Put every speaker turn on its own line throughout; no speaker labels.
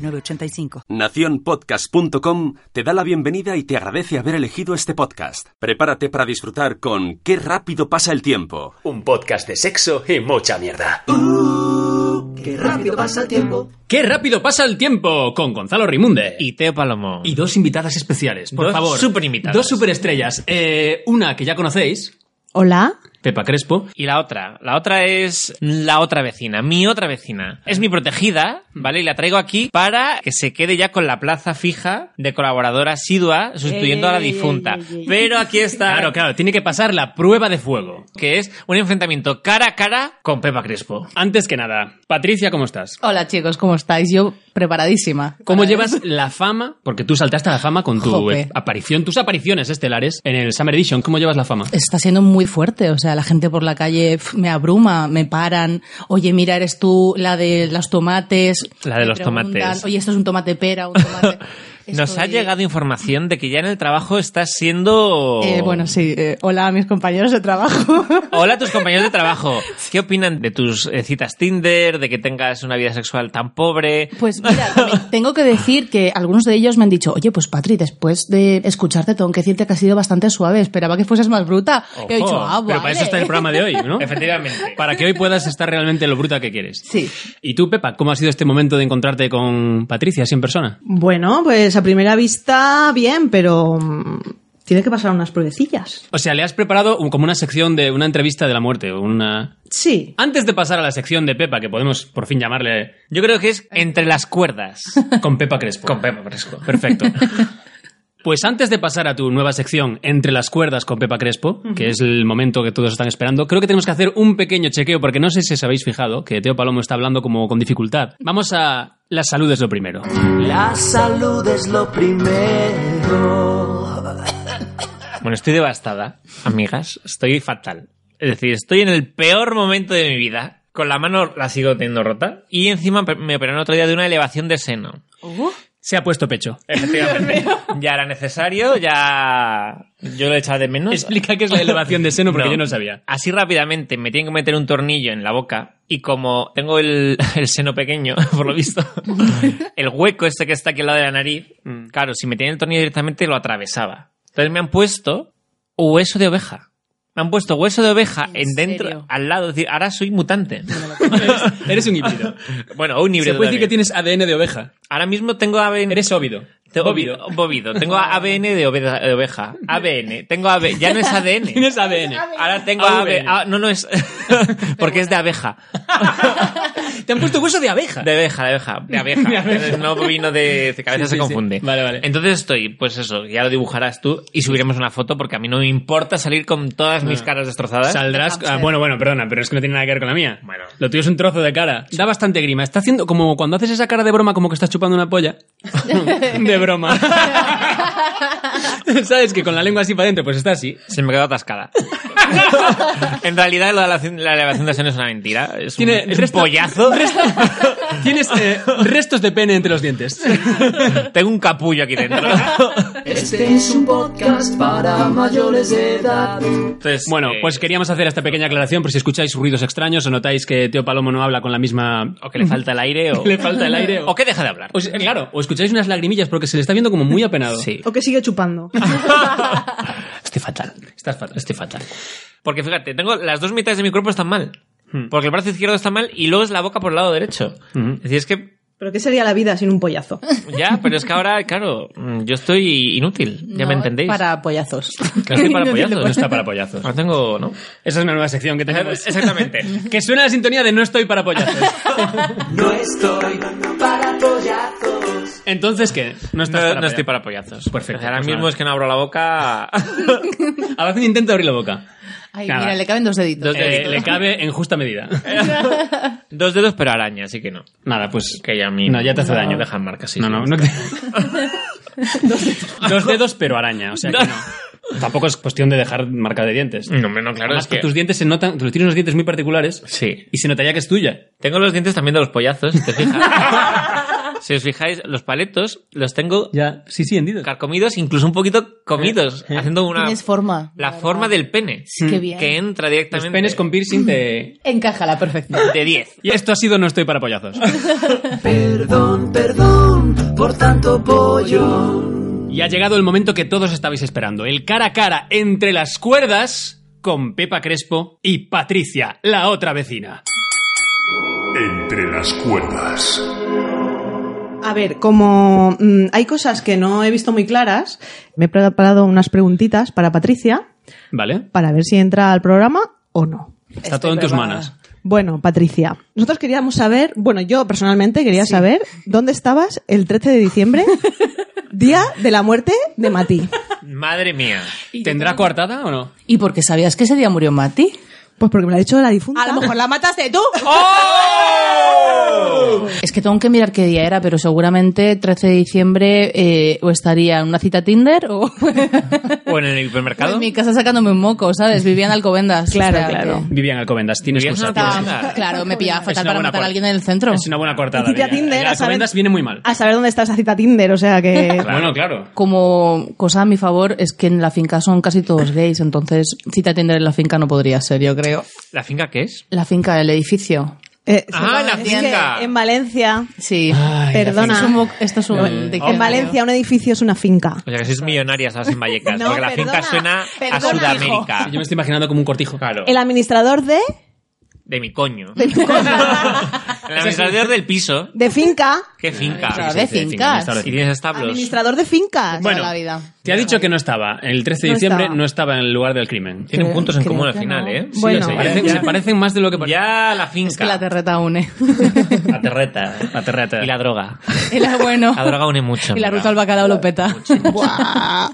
985.
Naciónpodcast.com te da la bienvenida y te agradece haber elegido este podcast. Prepárate para disfrutar con Qué rápido pasa el tiempo.
Un podcast de sexo y mucha mierda.
Uh, ¡Qué rápido pasa el tiempo!
¡Qué rápido pasa el tiempo! Con Gonzalo Rimunde.
Y Teo Palomo.
Y dos invitadas especiales, por
dos
favor.
Super invitadas.
Dos superestrellas. Eh, una que ya conocéis.
Hola.
Pepa Crespo.
Y la otra. La otra es la otra vecina, mi otra vecina. Es mi protegida,
Mm.
¿vale? Y la traigo aquí para que se quede ya con la plaza fija de colaboradora asidua, sustituyendo a la difunta. Pero aquí está.
Claro, claro, tiene que pasar la prueba de fuego.
Que es un enfrentamiento cara a cara con Pepa Crespo.
Antes que nada, Patricia, ¿cómo estás?
Hola chicos, ¿cómo estáis? Yo preparadísima.
¿Cómo llevas la fama? Porque tú saltaste a la fama con tu
Jope.
eh, aparición, tus apariciones estelares en el Summer Edition. ¿Cómo llevas la fama?
Está siendo muy fuerte, o sea, la gente por la calle pf, me abruma, me paran. Oye, mira, eres tú la de los tomates.
La de
Me
los tomates.
preguntan, Oye, esto es un tomate pera, un tomate.
Nos ha
Estoy-
llegado información de que ya en el trabajo estás siendo.
Eh, bueno, sí. eh, hola a mis compañeros de trabajo.
Hola a tus compañeros de trabajo. ¿Qué opinan de tus eh, citas Tinder, de que tengas una vida sexual tan pobre?
Pues mira, también tengo que decir que algunos de ellos me han dicho, oye, pues Patri, después de escucharte tengo que decirte que has sido bastante suave, esperaba que fueses más bruta. Y he dicho,
Ojo,
ah,
Pero para
vale".
eso está el programa de hoy, ¿no?
Efectivamente.
Para que hoy puedas estar realmente lo bruta que quieres.
Sí.
¿Y tú, Pepa, cómo ha sido este momento de encontrarte con Patricia, así en persona?
Bueno, pues a primera vista bien, pero mm, tiene que pasar unas pruebecillas.
O sea, le has preparado un- como una sección de una entrevista de la muerte, o una...
Sí.
Antes de pasar a la sección de Pepa, que podemos por fin llamarle
Yo creo que es entre las cuerdas.
con Pepa Crespo.
Con Pepa Crespo.
Perfecto. Pues antes de pasar a tu nueva sección Entre las cuerdas con Pepa Crespo, que es el momento que todos están esperando, creo que tenemos que hacer un pequeño chequeo porque no sé si os habéis fijado que Teo Palomo está hablando como con dificultad. Vamos a las saludes lo primero.
La salud es lo primero.
Bueno, estoy devastada, amigas. Estoy fatal. Es decir, estoy en el peor momento de mi vida. Con la mano la sigo teniendo rota. Y encima pe- me operaron otro día de una elevación de seno.
Se ha puesto pecho.
Efectivamente. ya era necesario, ya. Yo lo echaba de menos.
Explica qué es la elevación de seno porque yo Ah. no sabía.
Así rápidamente me tienen que meter un tornillo en la boca y como tengo el, el seno pequeño, por lo visto, el hueco este que está aquí al lado de la nariz,
Mm.
claro, si me tienen el tornillo directamente lo atravesaba. Entonces me han puesto hueso de oveja. Me han puesto hueso de oveja
¿En
en dentro,
serio?
al lado. Es decir, ahora soy mutante.
Eres- Eres un híbrido.
bueno, un
Se
híbrido.
puede decir que
también.
tienes ADN de oveja.
Ahora mismo tengo ABN.
Eres óvido.
Tengo-
Óvido.
Bovido. Tengo ABN de oveja. de oveja. ABN. Tengo ABN. Ya no es ADN.
Tienes ADN.
Ahora tengo
AVN.
ave- ah, no, no es. Porque es de abeja.
Te han puesto hueso de abeja.
De abeja, de abeja. De abeja. Entonces, No vino de. de cabeza
Sí, sí,
se
sí.
confunde.
Vale, vale.
Entonces estoy, pues eso, ya lo dibujarás tú y subiremos una foto porque a mí no me importa salir con todas mis caras destrozadas.
Saldrás.
De
ah, bueno, bueno, perdona, pero es que no tiene nada que ver con la mía.
Bueno.
Lo tuyo es un trozo de cara. Da bastante grima. Está haciendo como cuando haces esa cara de broma, como que estás chupando una polla. de broma. ¿Sabes? Que con la lengua así para adentro, pues está así.
Se me quedó atascada. en realidad, lo de la, la elevación de seno es una mentira. Es un,
Tiene
es un
resto-
pollazo.
Tienes eh, restos de pene entre los dientes.
Tengo un capullo aquí dentro.
Este es un podcast para mayores de edad.
Entonces,
Bueno,
eh,
pues queríamos hacer esta pequeña aclaración por si escucháis ruidos extraños o notáis que Teo Palomo no habla con la misma.
O que le falta el aire o.
Le falta el aire, o-
O que deja de hablar.
O sea, claro, o escucháis unas lagrimillas porque se le está viendo como muy apenado.
Sí.
O que sigue chupando.
Estoy fatal.
Estás fatal.
Estoy fatal. Porque fíjate, tengo las dos mitades de mi cuerpo están mal. Porque el brazo izquierdo está mal y luego es la boca por el lado derecho. Es decir, es que
Pero ¿qué sería la vida sin un pollazo?
ya, pero es que ahora, claro, mm, yo estoy inútil. Ya me
No,
entendéis.
Para pollazos.
No estoy para
Pollazos,
pollazos.
no está para pollazos.
No tengo, ¿no?
Esa es una nueva sección que tenemos.
Exactamente.
Que suena la sintonía de No estoy para pollazos.
No estoy para pollazos.
Entonces, ¿qué? No estás
No,
para
no estoy
polla-
para pollazos.
Perfecto,
Ahora
pues
mismo
nada.
es que no abro la boca.
Ahora hace un intento de abrir la boca.
Ay,
Nada.
mira, le caben dos deditos.
Dos
Eh,
de- Eh, le cabe en justa medida.
Dos dedos, pero araña, así que no.
Nada, pues.
Que ya a mí.
No, ya te hace daño.
Dejan marcas. sí,
No,
sí,
no,
me
no.
gusta.
Dos dedos, pero araña. O sea que no. Mm. Tampoco es cuestión de dejar marca de dientes.
No, hombre, no, claro,
Además
es que.
que tus dientes se notan, tú tienes unos dientes muy particulares
Sí.
y se notaría que es tuya.
Tengo los dientes también de los pollazos, si te fijas. si os fijáis, los paletos los tengo
Ya, sí, sí, hendido.
carcomidos, incluso un poquito
Eh,
comidos, haciendo una.
Tienes forma.
La forma del pene.
Qué bien.
Que entra
Los
directamente.
penes con piercing de...
Encaja a la perfección.
De 10.
Y esto ha sido No estoy para pollazos.
Perdón, perdón por tanto pollo.
Y ha llegado el momento que todos estabais esperando. El cara a cara entre las cuerdas con Pepa Crespo y Patricia, la otra vecina.
Entre las cuerdas.
A ver, como mm, hay cosas que no he visto muy claras, me he preparado unas preguntitas para Patricia
¿Vale?
para ver si entra al programa o no.
Está todo en tus
preparada.
manos.
Bueno, Patricia, nosotros queríamos saber, bueno, yo personalmente quería saber dónde estabas el 13 de diciembre, día de la muerte de Mati.
Madre mía.
¿Tendrá coartada o no?
¿Y por qué sabías que ese día murió Mati?
Pues porque me lo ha dicho la difunta.
la mataste tú. Es que tengo que mirar qué día era, pero seguramente 13 de diciembre eh, o estaría en una cita Tinder o,
O en el
en
hipermercado.
Pues mi casa sacándome un moco, ¿sabes? Vivía en Alcobendas.
Claro,
o sea,
claro.
que-
Vivian Alcobendas, tienes
Vivian
excusa.
Alcobendas.
Estaba- claro, me pillaba
Es
fatal
una
para
buena
matar
puerta.
a alguien en el centro.
Es una buena coartada.
Y cita
Vivian.
Tinder, a saber-
Alcobendas viene muy mal.
A saber dónde está esa cita Tinder, o sea que...
Bueno, claro.
Como cosa a mi favor es que en la finca son casi todos gays, entonces cita Tinder en la finca no podría ser, yo creo.
¿La finca qué es?
La finca, el edificio.
eh,
Ah,
se va-
la
es
finca.
que En Valencia,
Sí.
Ay,
Ah,
la
Perdona.
Es un bo- Esto es un... ¿de qué
en
año?
Valencia un edificio es una finca.
O sea, que sois millonarias las en Vallecas.
No,
porque la
perdona,
finca suena a
perdona,
Sudamérica.
Yo me estoy imaginando como un cortijo.
Claro.
El administrador de,
De mi coño. De el administrador del piso.
de finca.
¿Qué finca?
claro, de
Sí, sí,
fincas.
sí, Y tienes establos.
Administrador de fincas.
Toda
Bueno.
la vida.
Te ha dicho que no estaba. El 13 de
No
diciembre
estaba.
no estaba en el lugar del crimen. Sí,
Tienen
Creo-
puntos en
creo
común al
que
final,
no.
¿eh?
Sí, Bueno.
lo sé.
Ya,
Parecen- se parecen más de lo que parecen.
Ya la finca.
Es que la terreta une.
La terreta.
La terreta.
Y la droga.
Era bueno.
La droga une mucho.
Y la
amiga.
ruta al bacalao lo peta.
Buah.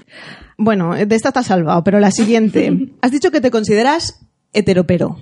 Bueno, de esta te has salvado, pero la siguiente. Has dicho que te consideras heteropero.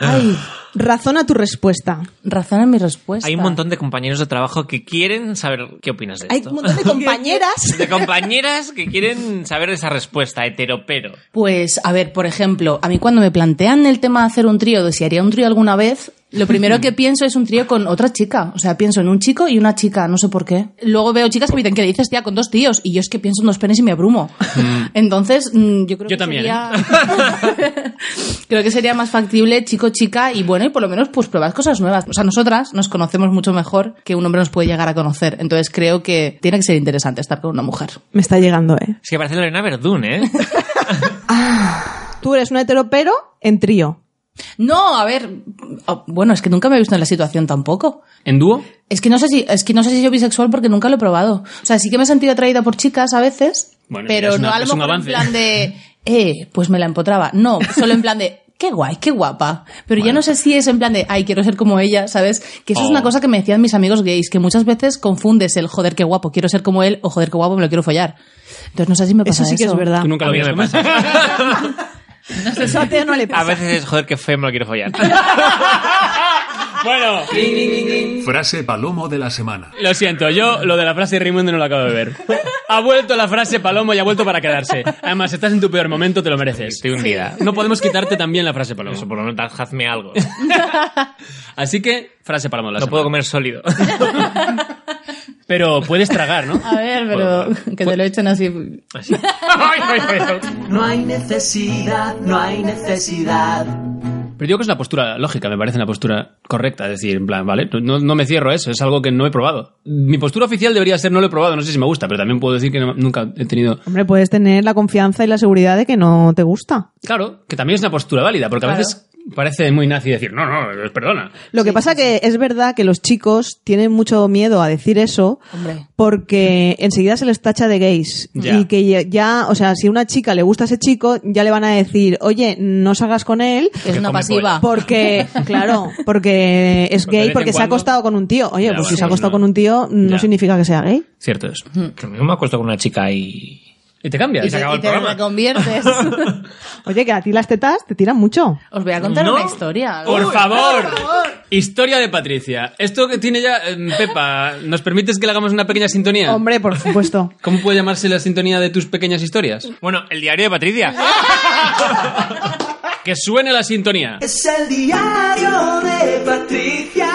Ah.
Ay,
Razona tu respuesta.
razón en mi respuesta.
Hay un montón de compañeros de trabajo que quieren saber qué opinas de
Hay
esto.
un montón de compañeras.
De compañeras que quieren saber esa respuesta, heteropero.
Pues, a ver, por ejemplo, a mí cuando me plantean el tema de hacer un trío, de si haría un trío alguna vez, lo primero que pienso es un trío con otra chica. O sea, pienso en un chico y una chica, no sé por qué. Luego veo chicas que me dicen, ¿qué dices, tía? Con dos tíos. Y yo es que pienso en dos penes y me abrumo. Entonces, mm, yo creo
Yo
que
también,
sería... creo que sería más factible chico-chica y bueno, y por lo menos pues probar cosas nuevas. O sea, nosotras nos conocemos mucho mejor que un hombre nos puede llegar a conocer. Entonces creo que tiene que ser interesante estar con una mujer.
Me está llegando, ¿eh?
Es que parece Lorena Verdún, ¿eh?
Tú eres un heteropero en trío.
No, a ver, oh, bueno, es que nunca me he visto en la situación tampoco.
¿En dúo?
Es que no sé si, es que no sé si soy bisexual porque nunca lo he probado. O sea, sí que me he sentido atraída por chicas a veces,
Bueno, mira,
pero
es una-
no a lo
es un
mejor en
avance.
plan de, eh, pues me la empotraba. No, solo en plan de, qué guay, qué guapa. Pero ya no sé si es en plan de, ay, quiero ser como ella, ¿sabes? Que eso es una
Oh.
cosa que me decían mis amigos gays, que muchas veces confundes el joder, qué guapo, quiero ser como él, o joder, qué guapo, me lo quiero follar. Entonces no sé si me pasa
Eso
eso.
sí que es verdad.
Tú nunca lo
A mí
habías
me pasa.
Eso a Teo no le
A
pasa.
veces es, joder, qué feo, me lo quiero follar.
Bueno,
Frase palomo de la semana.
lo siento, yo lo de la frase Raymond no lo acabo de ver. Ha vuelto la frase Palomo y ha vuelto para quedarse. Además, estás en tu peor momento, te lo mereces.
Estoy hundida.
No podemos quitarte también la frase Palomo.
Eso, por lo menos, hazme algo.
Así que, frase Palomo de la
No
semana.
puedo comer sólido.
Pero puedes tragar, ¿no?
A ver, pero que te lo echen así.
Así.
No hay necesidad, no hay necesidad.
Pero yo creo que es la postura lógica, me parece una postura correcta. Es decir, en plan, vale, no, no me cierro a eso, es algo que no he probado. Mi postura oficial debería ser no lo he probado, no sé si me gusta, pero también puedo decir que no- nunca he tenido...
Hombre, puedes tener la confianza y la seguridad de que no te gusta.
Claro, que también es una postura válida, porque a
Claro.
veces parece muy nazi decir, no, no, perdona.
Lo que pasa que es verdad que los chicos tienen mucho miedo a decir eso
Hombre.
porque enseguida se les tacha de gays.
Ya.
Y que ya, ya, o sea, si a una chica le gusta a ese chico, ya le van a decir, oye, no salgas con él
Es una
come
pasiva.
porque, claro, porque es
Porque de
gay,
vez
porque
en
se ha
cuando-
acostado con un tío. Oye,
Ya,
pues
bueno,
si se ha
pues
acostado
no.
con un tío, no
Ya.
significa que sea gay.
Cierto es.
Yo me acuesto con una chica y...
Y te cambias.
Y se acaba el
te
programa.
reconviertes.
Oye, que a ti las tetas te tiran mucho.
Os voy a contar
No.
una historia.
Por
Uy,
favor. Historia de Patricia. Esto que tiene ya em, Pepa, ¿nos permites que le hagamos una pequeña sintonía?
Hombre, por supuesto.
¿Cómo puede llamarse la sintonía de tus pequeñas historias?
Bueno, el diario de Patricia.
Que suene la sintonía.
Es el diario de Patricia.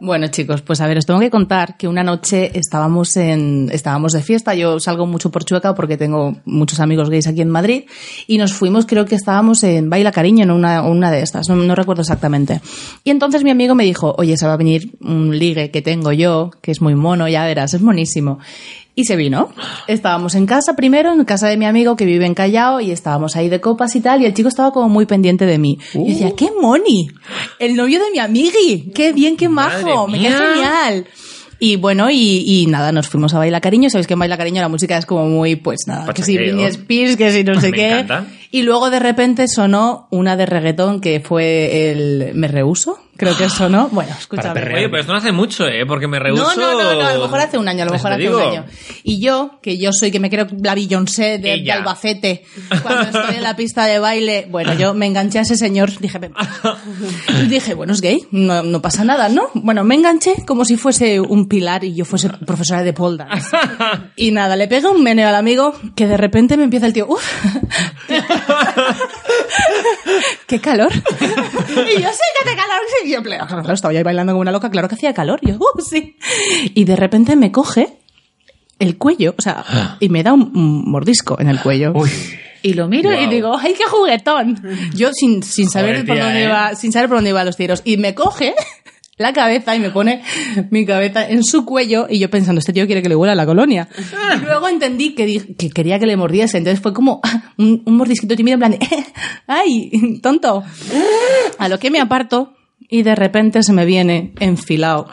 Bueno, chicos, pues a ver, os tengo que contar que una noche estábamos en estábamos de fiesta. Yo salgo mucho por Chueca porque tengo muchos amigos gays aquí en Madrid y nos fuimos, creo que estábamos en Baila Cariño, en una, una de estas, no, no recuerdo exactamente. Y entonces mi amigo me dijo, oye, se va a venir un ligue que tengo yo, que es muy mono, ya verás, es monísimo. Y se vino. Estábamos en casa primero, en casa de mi amigo que vive en Callao, y estábamos ahí de copas y tal, y el chico estaba como muy pendiente de mí.
Uh.
Y decía, ¡qué moni! El novio de mi amigui. ¡Qué bien, qué majo! ¡Me cae genial! Y bueno, y, y nada, nos fuimos a Baila Cariño. Sabéis que en Baila Cariño la música es como muy, pues nada, que si
Pachacreo.
Britney Spears, que si no sé
Me
qué.
encanta.
Y luego de repente sonó una de reggaetón que fue el Me Rehuso, creo que sonó. Bueno, escúchame.
Oye, pero esto no hace mucho, ¿eh? Porque me rehuso...
No, no, no, no, a lo mejor hace un año, a lo
Pues
mejor hace
te
un
digo.
año. Y yo, que yo soy, que me creo la Beyoncé de, de
Ella.
Albacete, cuando estoy en la pista de baile, bueno, yo me enganché a ese señor, dije, "Ven". y dije, bueno, es gay, no, no pasa nada, ¿no? Bueno, me enganché como si fuese un pilar y yo fuese profesora de pole dance. Y nada, le pego un meneo al amigo, que de repente me empieza el tío, uff, ¡Qué calor! y yo, sí, que hace calor. Sí, Y yo, claro, claro, estaba yo ahí bailando como una loca, claro que hacía calor. Y yo, "Uh, sí. Y de repente me coge el cuello, o sea,
Ah.
y me da un, un mordisco en el cuello. Y lo miro y digo, ¡ay, qué juguetón! Yo sin, sin saber
Joder,
por
tía,
dónde
¿eh?
iba, sin saber por dónde iban los tiros. Y me coge la cabeza y me pone mi cabeza en su cuello y yo pensando, este tío quiere que le huela a la colonia.
Ah.
Y luego entendí que, di- que quería que le mordiese, entonces fue como un, un mordisquito tímido en plan, de, ¡ay, tonto!
Ah.
A lo que me aparto y de repente se me viene enfilado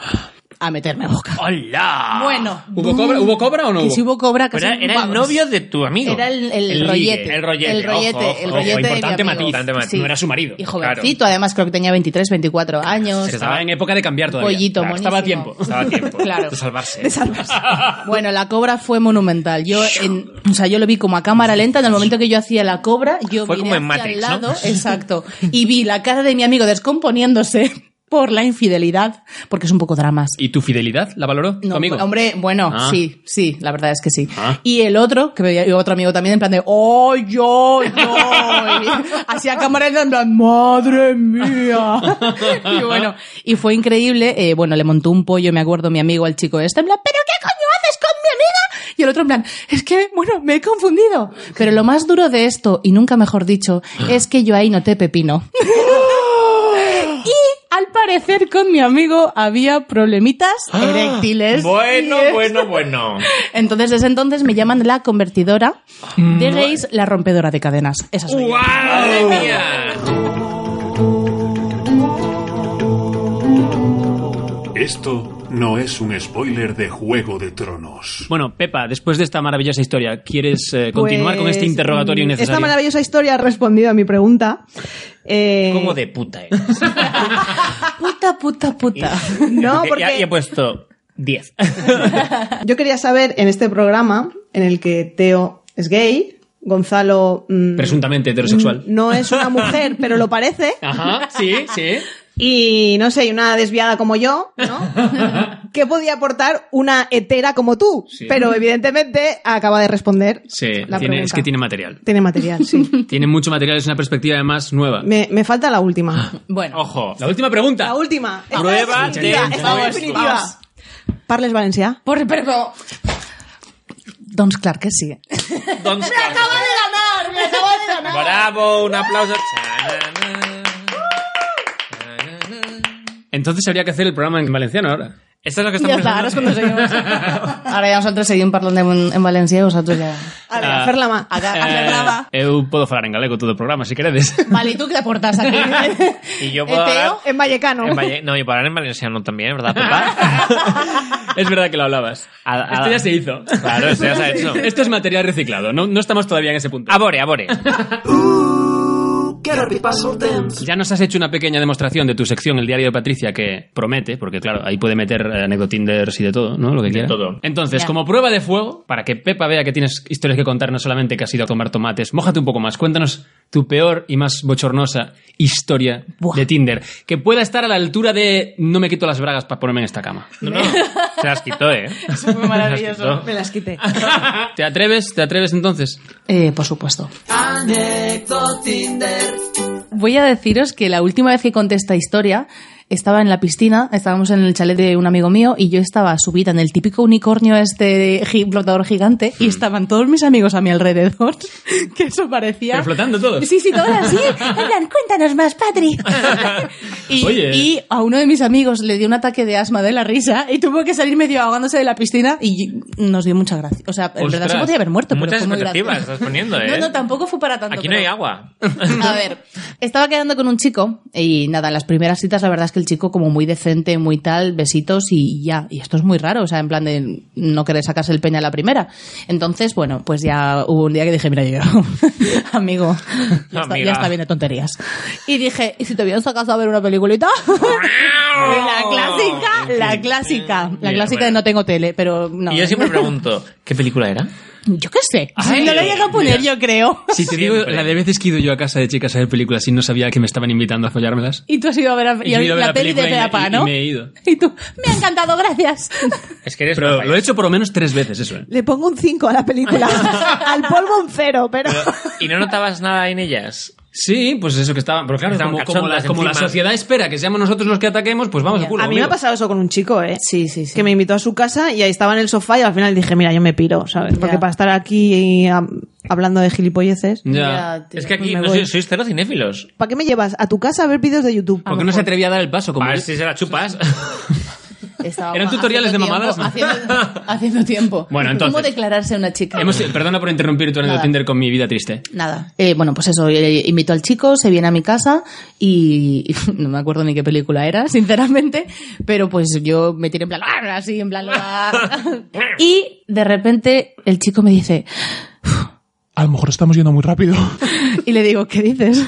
a meterme boca.
¡Hola!
Bueno.
¿Hubo cobra, ¿hubo cobra o no
Y
hubo?
si hubo cobra,
Ah. Pero
casi
Era, era el
vamos.
novio de tu amigo.
Era el, el
ligue,
rollete.
El rollete.
El rollete.
Ojo,
el
ojo,
rollete de mi
importante
amigo.
matiz, importante matiz.
Sí.
No era su
marido.
Y
Claro.
jovencito, además, creo que tenía 23, 24 años.
Se
Estaba en época de cambiar todavía.
Pollito,
Claro, Estaba a
buenísimo.
tiempo.
Estaba a tiempo
Claro.
de salvarse.
Bueno, la cobra fue monumental. Yo, en- o sea, yo lo vi como a cámara lenta. En el momento que yo hacía la cobra, yo
Fue
miré
como en
hacia
Matrix,
al
¿no?
lado, exacto, y vi la cara de mi amigo descomponiéndose por la infidelidad, porque es un poco dramas.
¿Y tu fidelidad la valoró tu
No,
amigo?
Hombre, bueno,
Ah.
sí, sí, la verdad es que sí.
Ah.
Y el otro, que veía y otro amigo también, en plan de, ¡oh, yo, yo! Así a cámara lenta, en plan, ¡madre mía! y bueno, y fue increíble. eh, bueno, le montó un pollo, me acuerdo, mi amigo, al chico este, en plan, ¿pero qué coño haces con mi amiga? Y el otro, en plan, es que, bueno, me he confundido. Pero lo más duro de esto, y nunca mejor dicho, es que yo ahí noté pepino. Y al parecer con mi amigo había problemitas eréctiles.
Bueno,
Y es-
bueno, bueno.
Entonces, desde entonces me llaman la convertidora de gays, la rompedora de cadenas. Esa soy yo.
¡Guau! ¡Madre mía!
Esto no es un spoiler de Juego de Tronos.
Bueno, Pepa, después de esta maravillosa historia, ¿quieres eh, continuar con este
Pues,
interrogatorio
mm, Esta
innecesario?
maravillosa historia ha respondido a mi pregunta. Eh,
Como de puta eres.
Puta, puta, puta.
Ya-
No,
Ya,
porque
he puesto 10.
yo quería saber en este programa en el que Teo es gay, Gonzalo mm,
Presuntamente
Mm.
heterosexual.
no es una mujer, pero lo parece,
Ajá, sí, sí.
y no sé, y una desviada como yo, ¿no? ¿Qué podía aportar una hetera como tú?
Sí.
Pero evidentemente acaba de responder
Sí, tiene-
la pregunta.
es que tiene material.
Tiene material, sí.
Tiene mucho material, es una perspectiva además nueva.
me, me falta la última.
Bueno,
Ojo.
La última pregunta.
La última. Esta
Prueba
es definitiva,
de
esta es definitiva.
vamos.
Parles valencià.
por, pero... Dons Clark, que sigue.
¿Dónde está?
ganar! ¡Me acabo de ganar!
¡Bravo! ¡Un aplauso!
Entonces habría que hacer el programa en valenciano ahora.
Esto es lo que
Ya
estamos
está, ahora es
haciendo.
cuando seguimos. Ahora ya nosotros seguimos parlant en, en Valencia y vosotros ya...
A ver,
Ah.
a fer-la mà.
Acá, acá
Eu puedo falar en galego todo el programa, si queredes.
Vale, ¿y tú qué aportas aquí?
Y yo puedo
Eh, Teo,
hablar-
En vallecano.
En Valle- No, y para hablar en valenciano también, ¿verdad, papá?
es verdad que lo hablabas.
A- a-
Esto ya se hizo.
Claro, esto ya se ha hecho.
Ah, Esto es material reciclado, no, no estamos todavía en ese punto.
Abore, abore.
Get a paso temps.
Ya nos has hecho una pequeña demostración de tu sección, el diario de Patricia, que promete, porque claro, ahí puede meter eh, anecdotinders y de todo, ¿no? Lo que quiera.
todo.
Entonces,
Ya.
como prueba de fuego, para que Pepa vea que tienes historias que contar, no solamente que has ido a tomar tomates, mójate un poco más. Cuéntanos tu peor y más bochornosa historia
Buah.
de Tinder, que pueda estar a la altura de no me quito las bragas para ponerme en esta cama.
No, no, se las quitó, ¿eh?
Eso fue maravilloso.
Me las quité.
¿Te atreves? ¿Te atreves entonces?
Eh, por supuesto. Voy a deciros que la última vez que conté esta historia estaba en la piscina, estábamos en el chalet de un amigo mío y yo estaba subida en el típico unicornio este gi- flotador gigante
Hmm.
y estaban todos mis amigos a mi alrededor, que eso parecía...
Pero flotando todos.
Sí, sí, todos así. Hablan, cuéntanos más, Patri. y,
Oye.
y a uno de mis amigos le dio un ataque de asma de la risa y tuvo que salir medio ahogándose de la piscina y nos dio mucha gracia. O sea, en verdad se
Ostras,
podía haber muerto, pero
Muchas
fue muy
expectativas
gracioso.
estás poniendo, ¿eh?
No, no, tampoco fue para tanto.
Aquí no hay
pero-
agua.
A ver, estaba quedando con un chico y nada, en las primeras citas la verdad es que el chico como muy decente, muy tal, besitos y ya. Y esto es muy raro, o sea, en plan de no querer sacarse el peña a la primera. Entonces, bueno, pues ya hubo un día que dije, mira, yo, amigo, ya está,
Amiga.
ya está bien de tonterías. Y dije, ¿y si te vienes a casa a ver una peliculita? la clásica, la clásica, la
Bien,
clásica de
bueno.
no tengo tele, pero no. ¿eh?
Y yo siempre pregunto, ¿qué película era?
Yo qué sé,
Ay,
no lo llega a poner, yo creo.
Si te digo
Siempre.
la de veces que he ido yo a casa de chicas a ver películas y no sabía que me estaban invitando a follármelas.
Y tú has ido a ver, a-
Y
y a-
yo he ido a ver
la,
la
peli de
película y me-
Peapa,
y-
¿no?
y me he ido.
Y tú, me ha encantado, gracias.
Es que eres
Pero
papayas.
lo he hecho por lo menos tres veces eso. ¿eh?
Le pongo un 5 a la película. Al polvo un cero, pero...
Eh,
¿Y no notabas nada en ellas?
Sí, pues eso que estaba. Pero claro,
Estaban
como, como la,
cachondas
como la
encima.
sociedad espera que seamos nosotros los que ataquemos, pues vamos
Ya.
a culo.
A mí me ha
amigo.
pasado eso con un chico, ¿eh?
Sí, sí, sí.
Que me invitó a su casa y ahí estaba en el sofá y al final dije, mira, yo me piro, ¿sabes? Porque
Ya.
para estar aquí am, hablando de gilipolleces...
Ya.
Ya, tío.
Es que aquí
me
no
voy.
sois, sois cero cinéfilos.
¿Para qué me llevas a tu casa a ver vídeos de YouTube?
Porque no se atrevía a dar el paso. Como
A ver
yo.
si se la chupas.
Estaba
Eran
haciendo
tutoriales de
tiempo,
mamadas, ¿no?
Haciendo, haciendo tiempo.
Bueno,
¿Cómo
entonces-
declararse a una chica?
Hemos- perdona por interrumpir tu anécdota
Nada.
Tinder con mi vida triste.
Nada. Eh, bueno, pues eso, eh, invito al chico, se viene a mi casa y no me acuerdo ni qué película era, sinceramente, pero pues yo me tiré en plan, "Arr", así, en plan... "Arr". y de repente el chico me dice,
A lo mejor estamos yendo muy rápido.
y le digo, ¿qué dices?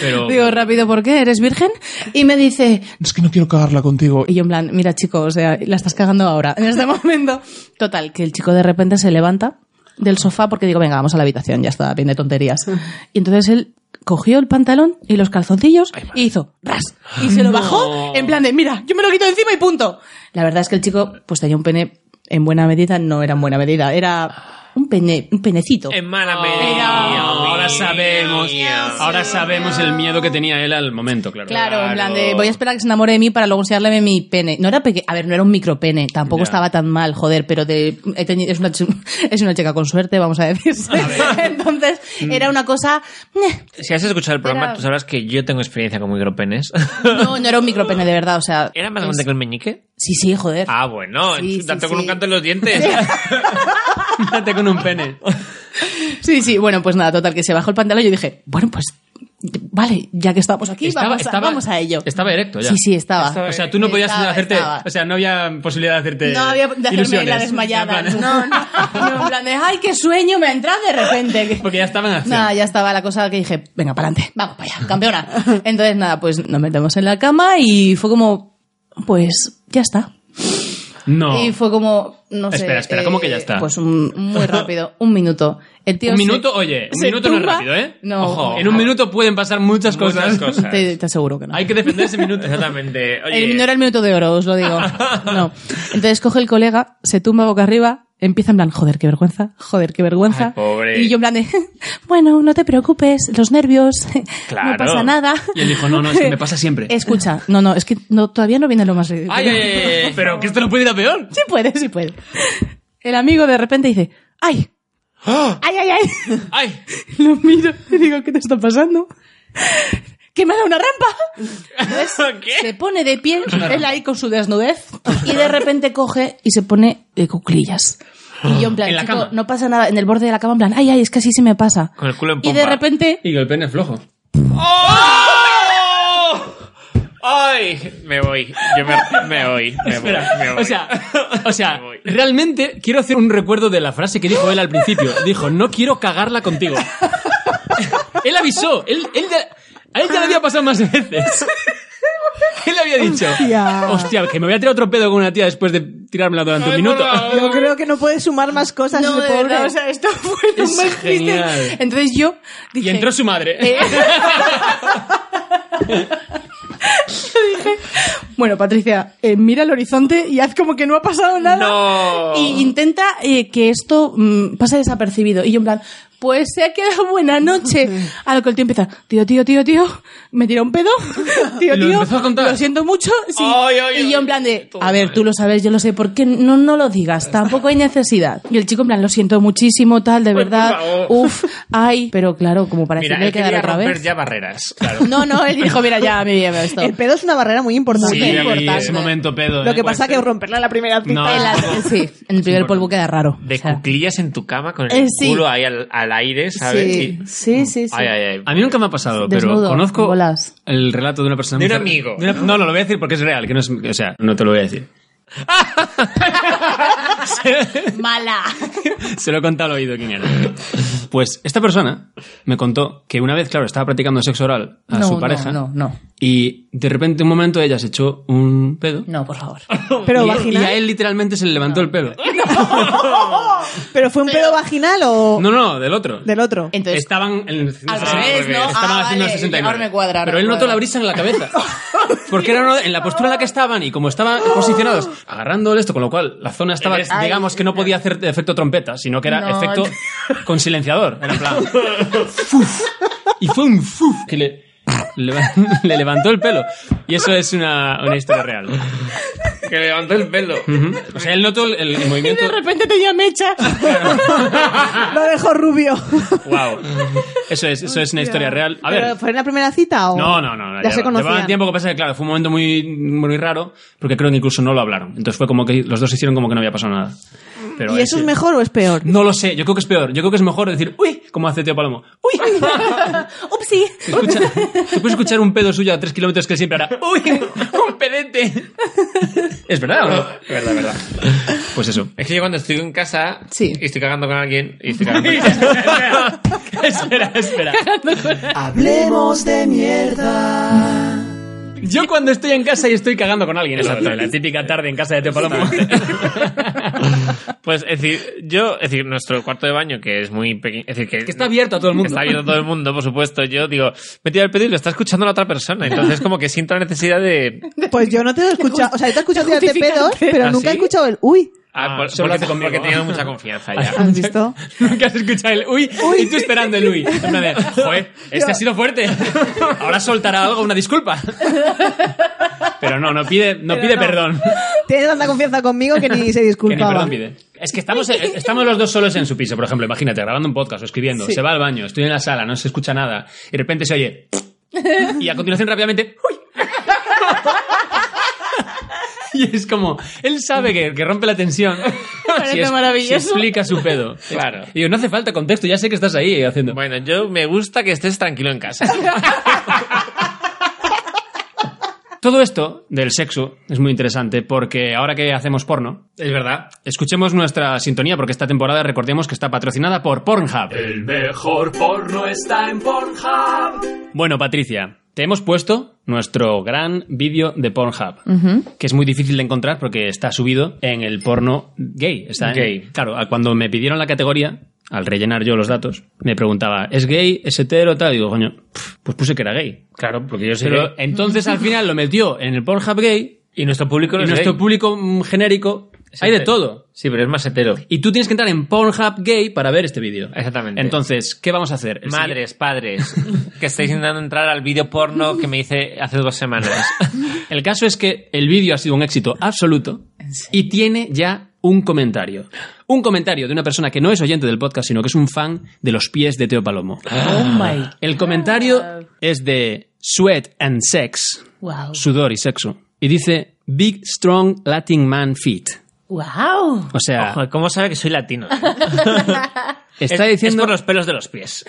Pero-
Digo, rápido, ¿por qué? ¿Eres virgen? Y me dice,
Es que no quiero cagarla contigo.
Y yo en plan, mira chico, o sea, la estás cagando ahora, en este momento. Total, que el chico de repente se levanta del sofá porque digo, venga, vamos a la habitación, ya está, bien de tonterías. Y entonces él cogió el pantalón y los calzoncillos y hizo ras. Y se lo bajó en plan de, mira, yo me lo quito de encima y punto. La verdad es que el chico pues tenía un pene en buena medida, no era en buena medida, era un pene, un penecito.
En
Oh,
mala medida.
ahora sabemos. Ahora sabemos el miedo que tenía él al momento, claro.
Claro, en plan de voy a esperar a que se enamore de mí para luego enseñarle mi pene. No era peque a ver, no era un micropene, tampoco
Ya.
estaba tan mal, joder, pero de he tenido- es, una chu- es una chica con suerte, vamos a decir. Entonces,
Mm.
era una cosa meh.
Si has escuchado el programa,
Era-
tú sabrás que yo tengo experiencia con micropenes.
No, no era un micropene de verdad, o sea,
¿Era más
es-
grande que el meñique?
Sí, sí, joder.
Ah, bueno,
Sí, sí,
tanto con
sí.
un canto en los dientes.
Mate con un pene.
Sí, sí, bueno, pues nada, total que se bajó el pantalón y yo dije, bueno, pues vale, ya que estamos aquí,
Estaba-
vamos, a,
estaba-
vamos a ello.
Estaba erecto ya.
Sí, sí, estaba. eh,
O sea, tú no podías
Estaba-
hacerte.
estaba.
O sea, no había posibilidad de hacerte.
No había de hacerme
ilusiones.
la desmayada. No, no, no. En plan de, ay, qué sueño me ha entrado de repente.
Porque ya estaban haciendo.
Nada, ya estaba la cosa que dije, venga, para adelante, vamos para allá, campeona. Entonces, nada, pues nos metemos en la cama y fue como, pues ya está.
No.
Y fue como, no sé.
Espera, espera, ¿cómo que ya está?
Pues un- muy rápido, un minuto. El tío
Un
se-
minuto, oye, un
se
minuto no
tumba.
es rápido, ¿eh?
No.
Ojo, en un minuto pueden pasar muchas cosas.
Muchas cosas.
Te, te aseguro que no.
Hay que defenderse minutos.
Exactamente.
El-
Oye,
no era el minuto de oro, os lo digo. No. Entonces coge el colega, se tumba boca arriba, empieza en plan, joder, qué vergüenza, joder, qué vergüenza.
Ay, pobre.
Y yo en plan de, bueno, no te preocupes, los nervios,
Claro.
no pasa nada.
Y él dijo, no, no, es que me pasa siempre.
Escucha, no, no, es que no, todavía no viene lo más ridículo.
Ay, ay, ay, ay, pero que esto no puede ir a peor.
Sí puede, sí puede. El amigo de repente dice, ay,
¡Ah!
ay, ay, ay.
Ay,
Lo miro y digo, ¿qué te está pasando? ¡Que me ha dado una rampa! Entonces, Se pone de pie, él ahí con su desnudez, y de repente coge y se pone de cuclillas. Y yo en plan,
En la
chico,
cama.
no pasa nada, en el borde de la cama, en plan, ay, ay, es que así se me pasa.
Con el culo en
Y
pompa.
de repente,
y que el pene es flojo.
¡Oh! ¡Ay! Me voy. Yo me, me voy. Me
Espera,
voy. Me voy.
o sea, o sea
Me voy.
realmente quiero hacer un recuerdo de la frase que dijo él al principio. Dijo, no quiero cagarla contigo. Él avisó. Él, él ya- a él ya le había pasado más veces. Él había dicho.
Hostia.
Hostia, que me voy a tirar otro pedo con una tía después de tirármela durante un minuto.
pues, Yo creo que no puede sumar más cosas
No,
ese
de
pobre.
verdad, o sea, esto fue lo
Es
más triste.
genial.
Entonces yo dije...
Y entró su madre.
Eh.
Eh.
Yo dije, bueno, Patricia, eh, mira el horizonte y haz como que no ha pasado nada.
No.
Y intenta eh, que esto mm, pase desapercibido. Y yo en plan, pues se ha quedado buena noche. A lo que el tío empieza, tío, tío, tío, tío, me tira un pedo. Tío,
Y lo
tío,
empezó a contar.
lo siento mucho. Sí.
Ay, ay,
y
ay.
yo en plan de,
Todo
a ver,
mal.
tú lo sabes, yo lo sé, ¿por qué no, no lo digas? Tampoco hay necesidad. Y el chico en plan, lo siento muchísimo, tal, de
Pues, por
verdad.
favor.
Uf, ay. Pero claro, como para
Mira,
decirle
él
que dar
quería
otra
romper
vez.
ya barreras. Claro.
No, no, él dijo, mira, ya, mi bien, esto.
El pedo es una barrera muy importante.
Sí,
Muy
ese
importante.
momento pedo.
Lo
¿eh?
que pasa que romperla en la primera cita.
No.
El al- sí, en el primer polvo queda raro.
De
O sea,
cuclillas en tu cama con el
Eh, sí.
culo ahí al, al aire, ¿sabes?
sí,
Y-
sí, sí, sí.
Ay, ay, ay.
A mí nunca me ha pasado, pero
Desnudo,
conozco
bolas.
el relato de una persona.
De un
muy cerca-
amigo.
de una- no, no, lo voy a decir porque es real, que no es, o sea, no te lo voy a decir.
Mala.
Se lo he contado al oído quién era. Pues esta persona me contó que una vez, claro, estaba practicando sexo oral a
no,
su
no,
pareja
No, no,
y de repente un momento ella se echó un pedo
no, por favor.
Pero
y,
vaginal.
y a él literalmente se le levantó el pelo.
¿Pero fue un pedo vaginal o
No, no, del otro.
del otro?
Entonces,
Estaban en el
Al
60,
revés, ¿no?
Estaban
Ah,
haciendo
vale,
el 69.
ahora me cuadra, ahora
pero él
me
notó
cuadra.
la brisa en la cabeza. Porque eran en la postura en la que estaban y como estaban posicionados agarrando el esto, con lo cual la zona estaba,
Eres-
digamos que no podía hacer efecto trompeta, sino que era
No.
efecto con silenciador. Era en plan. fuf. y fue un fuf que le, le, le levantó el pelo. Y eso es una, una historia real.
Que me levantó el pelo.
Ujú. O sea, él notó el, el movimiento.
repente tenía mecha.
Lo dejó rubio.
Wow. Eso es, eso es una historia real. A ver.
¿Pero ¿Fue en la primera cita o...?
No, no, no. no,
Ya, se
llevaban
conocían.
tiempo que pasa que, claro, fue un momento muy, muy raro, porque creo que incluso no lo hablaron. Entonces fue como que los dos hicieron como que no había pasado nada. Pero
¿Y eso
ese-
es mejor o es peor?
No lo sé, yo creo que es peor. Yo creo que es mejor decir, uy, como hace Tío Palomo. Uy,
Upsi.
escucha, tú puedes escuchar un pedo suyo a tres kilómetros que él siempre hará, uy, un pedete. ¿Es verdad o no?
Verdad, verdad.
Pues eso.
Es que yo cuando estoy en casa
Sí.
y estoy cagando con alguien y estoy cagando con casa.
espera, espera.
Hablemos de mierda.
Yo cuando estoy en casa y estoy cagando con alguien, exacto. La típica tarde en casa de Tío Palomo.
Pues es decir, yo, es decir, nuestro cuarto de baño, que es muy pequeño, es decir, que,
Que está abierto a todo el mundo.
Está abierto a todo el mundo, por supuesto. Yo digo, me tiro el pedo y lo está escuchando la otra persona. Entonces, como que siento la necesidad de.
Pues yo no te he escuchado. O sea, te he escuchado tirarte pedos,
Justificante.
pero
¿Ah,
nunca he
sí?
escuchado el uy.
Ah, por-
solo
porque,
hace conmigo.
porque he tenido mucha confianza ya.
¿Has visto?
Nunca has escuchado el uy, y tú esperando el uy. En plan de, Joder, este ha sido fuerte. Ahora soltará algo, una disculpa. Pero no, no pide, no pide perdón.
Tiene tanta confianza conmigo que ni
Que
se
ni
disculpaba.
perdón pide. Es que estamos, eh, estamos los dos solos en su piso, por ejemplo. Imagínate, grabando un podcast o escribiendo. Se va al baño, estoy en la sala, no se escucha nada. Y de repente se oye. Y a continuación rápidamente. "Uy". Y es como, él sabe que, que rompe la tensión.
Parece
Si es- si
maravilloso.
explica su pedo.
Claro.
Y yo, no hace falta contexto, ya sé que estás ahí haciendo.
Bueno, yo me gusta que estés tranquilo en casa.
Todo esto del sexo es muy interesante porque ahora que hacemos porno,
Es verdad.
escuchemos nuestra sintonía porque esta temporada recordemos que está patrocinada por Pornhub.
El mejor porno está en Pornhub.
Bueno, Patricia, te hemos puesto nuestro gran vídeo de Pornhub, que es muy difícil de encontrar porque está subido en el porno gay. Está en-
Gay.
Claro, a- cuando me pidieron la categoría, al rellenar yo los datos, me preguntaba, ¿es gay? ¿Es hetero? Tal. Y digo, coño, pf, pues puse que era gay.
Claro, porque yo soy.
Pero entonces al final lo metió en el Pornhub gay
Y nuestro público no
y
es
nuestro
gay.
público mm, genérico hay de
hetero.
todo.
Sí, pero es más hetero.
Y tú tienes que entrar en Pornhub Gay para ver este vídeo.
Exactamente.
Entonces, ¿qué vamos a hacer? El
Madres, padres, que estáis intentando entrar al vídeo porno que me hice hace dos semanas.
siguiente- El caso es que el vídeo ha sido un éxito absoluto y tiene ya un comentario. Un comentario de una persona que no es oyente del podcast, sino que es un fan de los pies de Teo Palomo.
Oh my.
El comentario es de Sweat and Sex,
Wow.
sudor y sexo, y dice Big Strong Latin Man Feet.
Wow.
O sea,
Ojo, ¿cómo sabe que soy latino? eh?
está
Es-
diciendo
Es por los pelos de los pies.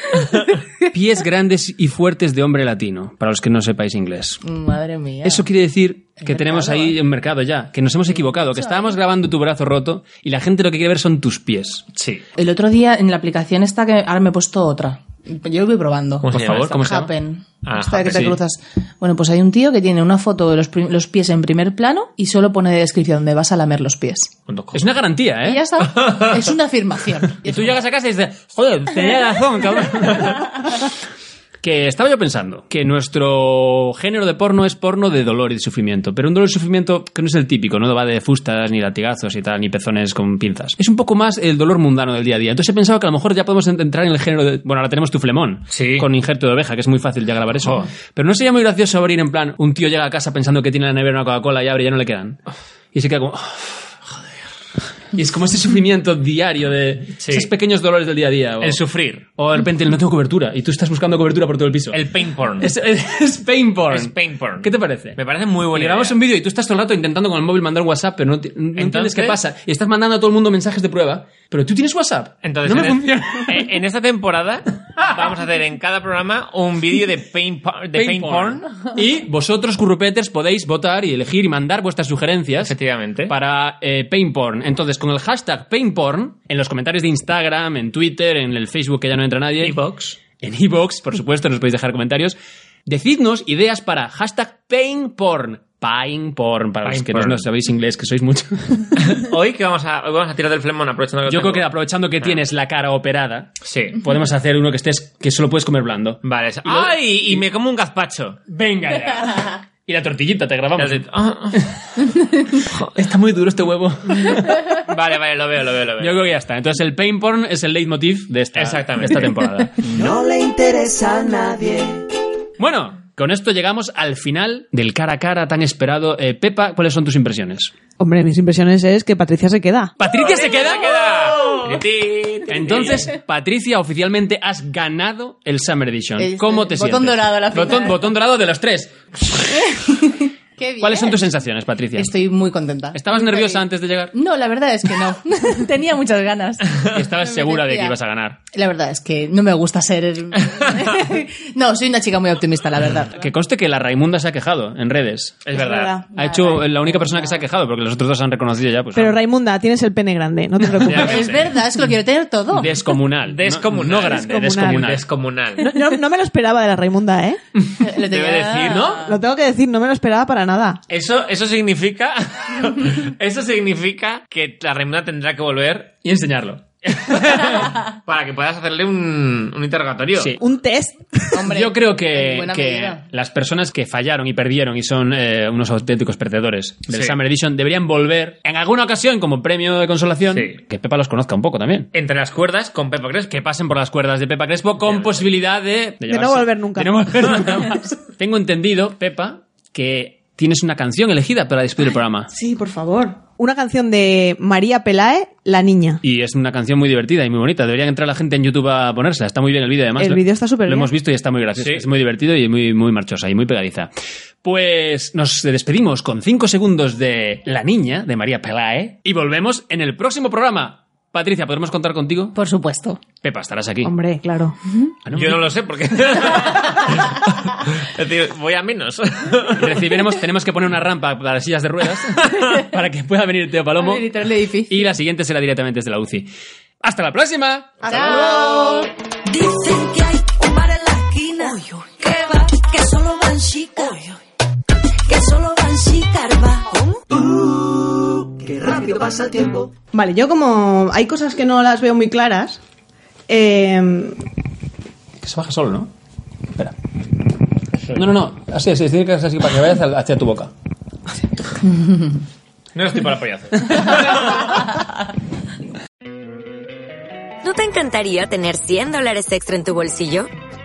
pies grandes y fuertes de hombre latino, para los que no sepáis inglés.
Madre mía.
Eso quiere decir que
mercado,
tenemos ahí
¿eh?
un mercado ya, que nos hemos equivocado, que estábamos grabando tu brazo roto y la gente lo que quiere ver son tus pies.
Sí.
El otro día en la aplicación esta que ahora me he puesto otra. Yo lo voy probando.
¿Cómo se
Por
llama
favor,
esta?
¿cómo se llama?
Happen.
Ah,
Esta de que
Happen,
te
sí.
cruzas. Bueno, pues hay un tío que tiene una foto de los, prim- los pies en primer plano y solo pone de descripción donde vas a lamer los pies.
Punto com.
Es una garantía,
Y ya
¿eh?
está. es una afirmación.
Y tú llegas a casa y dices, joder,
Tenía razón, cabrón. Que estaba yo pensando que nuestro género de porno es porno de dolor y de sufrimiento, pero un dolor y sufrimiento que no es el típico, no va de fustas, ni latigazos y tal, ni pezones con pinzas. Es un poco más el dolor mundano del día a día. Entonces he pensado que a lo mejor ya podemos entrar en el género de. Bueno, ahora tenemos tu flemón
Sí.
con injerto de oveja, que es muy fácil ya grabar eso. Pero no sería muy gracioso abrir en plan, un tío llega a casa pensando que tiene en la nevera una Coca-Cola y abre y ya no le quedan. Y se queda como. Y es como ese sufrimiento diario de
Sí.
esos pequeños dolores del día a día. o-
el sufrir,
o de repente el no tengo cobertura y tú estás buscando cobertura por todo el piso.
el pain porn.
Es, es- es pain porn.
Es pain porn.
¿Qué te parece?
Me parece muy
Y
buena
grabamos
idea.
un vídeo y tú estás todo el rato intentando con el móvil mandar WhatsApp, pero no, ti- no entiendes
Entonces-
qué pasa. Y estás mandando a todo el mundo mensajes de prueba, pero tú tienes WhatsApp.
Entonces,
no me
en, el-
funciona.
en- en esta temporada vamos a hacer en cada programa un vídeo de pain, por- de pain porn.
Y vosotros, currupeters, podéis votar y elegir y mandar vuestras sugerencias
Efectivamente.
para eh, pain porn. Entonces, con el hashtag pain porn, en los comentarios de Instagram, en Twitter, en el Facebook que ya no entra nadie.
Evox.
en iBox, por supuesto, nos podéis dejar comentarios. Decidnos ideas para hashtag painporn. Painporn, para los
Pain
que
porn.
no sabéis inglés, que sois muchos.
Hoy que vamos a, hoy vamos a tirar del flemón aprovechando que
Yo
lo
creo que
tengo.
aprovechando que tienes la cara operada,
Sí.
podemos hacer uno que estés que solo puedes comer blando.
Vale. es- ¡Ay! Y me como un gazpacho.
Venga ya. Y la tortillita te grabamos.
Y así, ah,
Está muy duro este huevo.
ah. Vale, vale, lo veo, lo veo, lo
Yo
veo.
creo que ya está. Entonces el painporn es el leitmotiv de esta, de
Exactamente.
esta temporada.
No le interesa a nadie.
Bueno, con esto llegamos al final del cara a cara tan esperado. Eh, Pepa, ¿cuáles son tus impresiones?
Hombre, mis impresiones es que Patricia se queda.
Patricia se queda.
queda! Ti, ti,
Entonces, Patricia, oficialmente has ganado el Summer Edition.
Este,
¿Cómo te
botón
sientes?
dorado a la final.
Botón, botón dorado de los tres. ¿Cuáles son tus sensaciones, Patricia?
Estoy muy contenta.
¿Estabas
Muy
nerviosa
feliz.
antes de llegar?
No, la verdad es que no. Tenía muchas ganas.
Y ¿Estabas
Me
segura de que
apetecía.
ibas a ganar?
La verdad es que no me gusta ser. no, soy una chica muy optimista, la verdad.
Que conste que la Raimunda se ha quejado en redes.
Es verdad.
Ha hecho la única persona que se ha quejado, porque los otros dos han reconocido ya. Pues,
Pero
ah,
Raimunda, tienes el pene grande, no te
Ya
preocupes.
ves,
Es
eh.
verdad, es que lo quiero tener todo.
Descomunal. No-
Descomunal.
No, grande,
Descomunal.
descomunal.
Descomunal.
No, no- no me lo esperaba de la Raimunda, ¿eh?
Ah.
Lo tenía-
Debe decir, ¿no?
Lo tengo que decir, no me lo esperaba para nada.
Eso, eso significa. eso significa que la Raimunda tendrá que volver
Y enseñarlo.
para que puedas hacerle un, un interrogatorio.
Sí.
Un test.
Hombre,
Yo creo
en
que,
buena
que
medida.
las personas que fallaron y perdieron y son eh, unos auténticos perdedores del
Sí.
Summer Edition deberían volver en alguna ocasión como premio de consolación
Sí.
que Pepa los conozca un poco también.
Entre las cuerdas con Pepa Crespo.
Que pasen por las cuerdas de Pepa Crespo con posibilidad de...
no volver nunca.
de no volver nunca más. Tengo entendido, Pepa, que tienes una canción elegida para despedir el programa.
Sí, por favor. Una canción de María Pelae, La Niña.
Y es una canción muy divertida y muy bonita. Debería entrar la gente en YouTube a ponérsela. Está muy bien el vídeo, además.
El
Lo-
vídeo está súper
Lo
bien.
hemos visto y está muy gracioso.
Sí.
Es muy divertido y muy, muy marchosa y muy pegadiza. Pues nos despedimos con 5 segundos de La Niña, de María Pelae. Y volvemos en el próximo programa. Patricia, ¿podremos contar contigo?
Por supuesto.
Pepa, estarás aquí.
Hombre, claro.
Ah, no.
Yo no lo sé porque. Es decir, voy a menos.
Recibiremos, tenemos que poner una rampa para las sillas de ruedas para que pueda venir Teo Palomo.
Vale, editor, el edificio.
Y la siguiente será directamente desde la UCI. ¡Hasta la próxima!
Chao.
Dicen que hay un bar en la esquina que va, que solo van chicas, que solo van chicas, va.
Qué rápido pasa el tiempo.
Vale, yo como hay cosas que no las veo muy claras, eh,
Que se baja solo, ¿no? Espera. No, no, no. Así, así, tiene que ser así para que vayas hacia, hacia tu boca.
No estoy para payaso.
¿No te encantaría tener 100 dólares extra en tu bolsillo?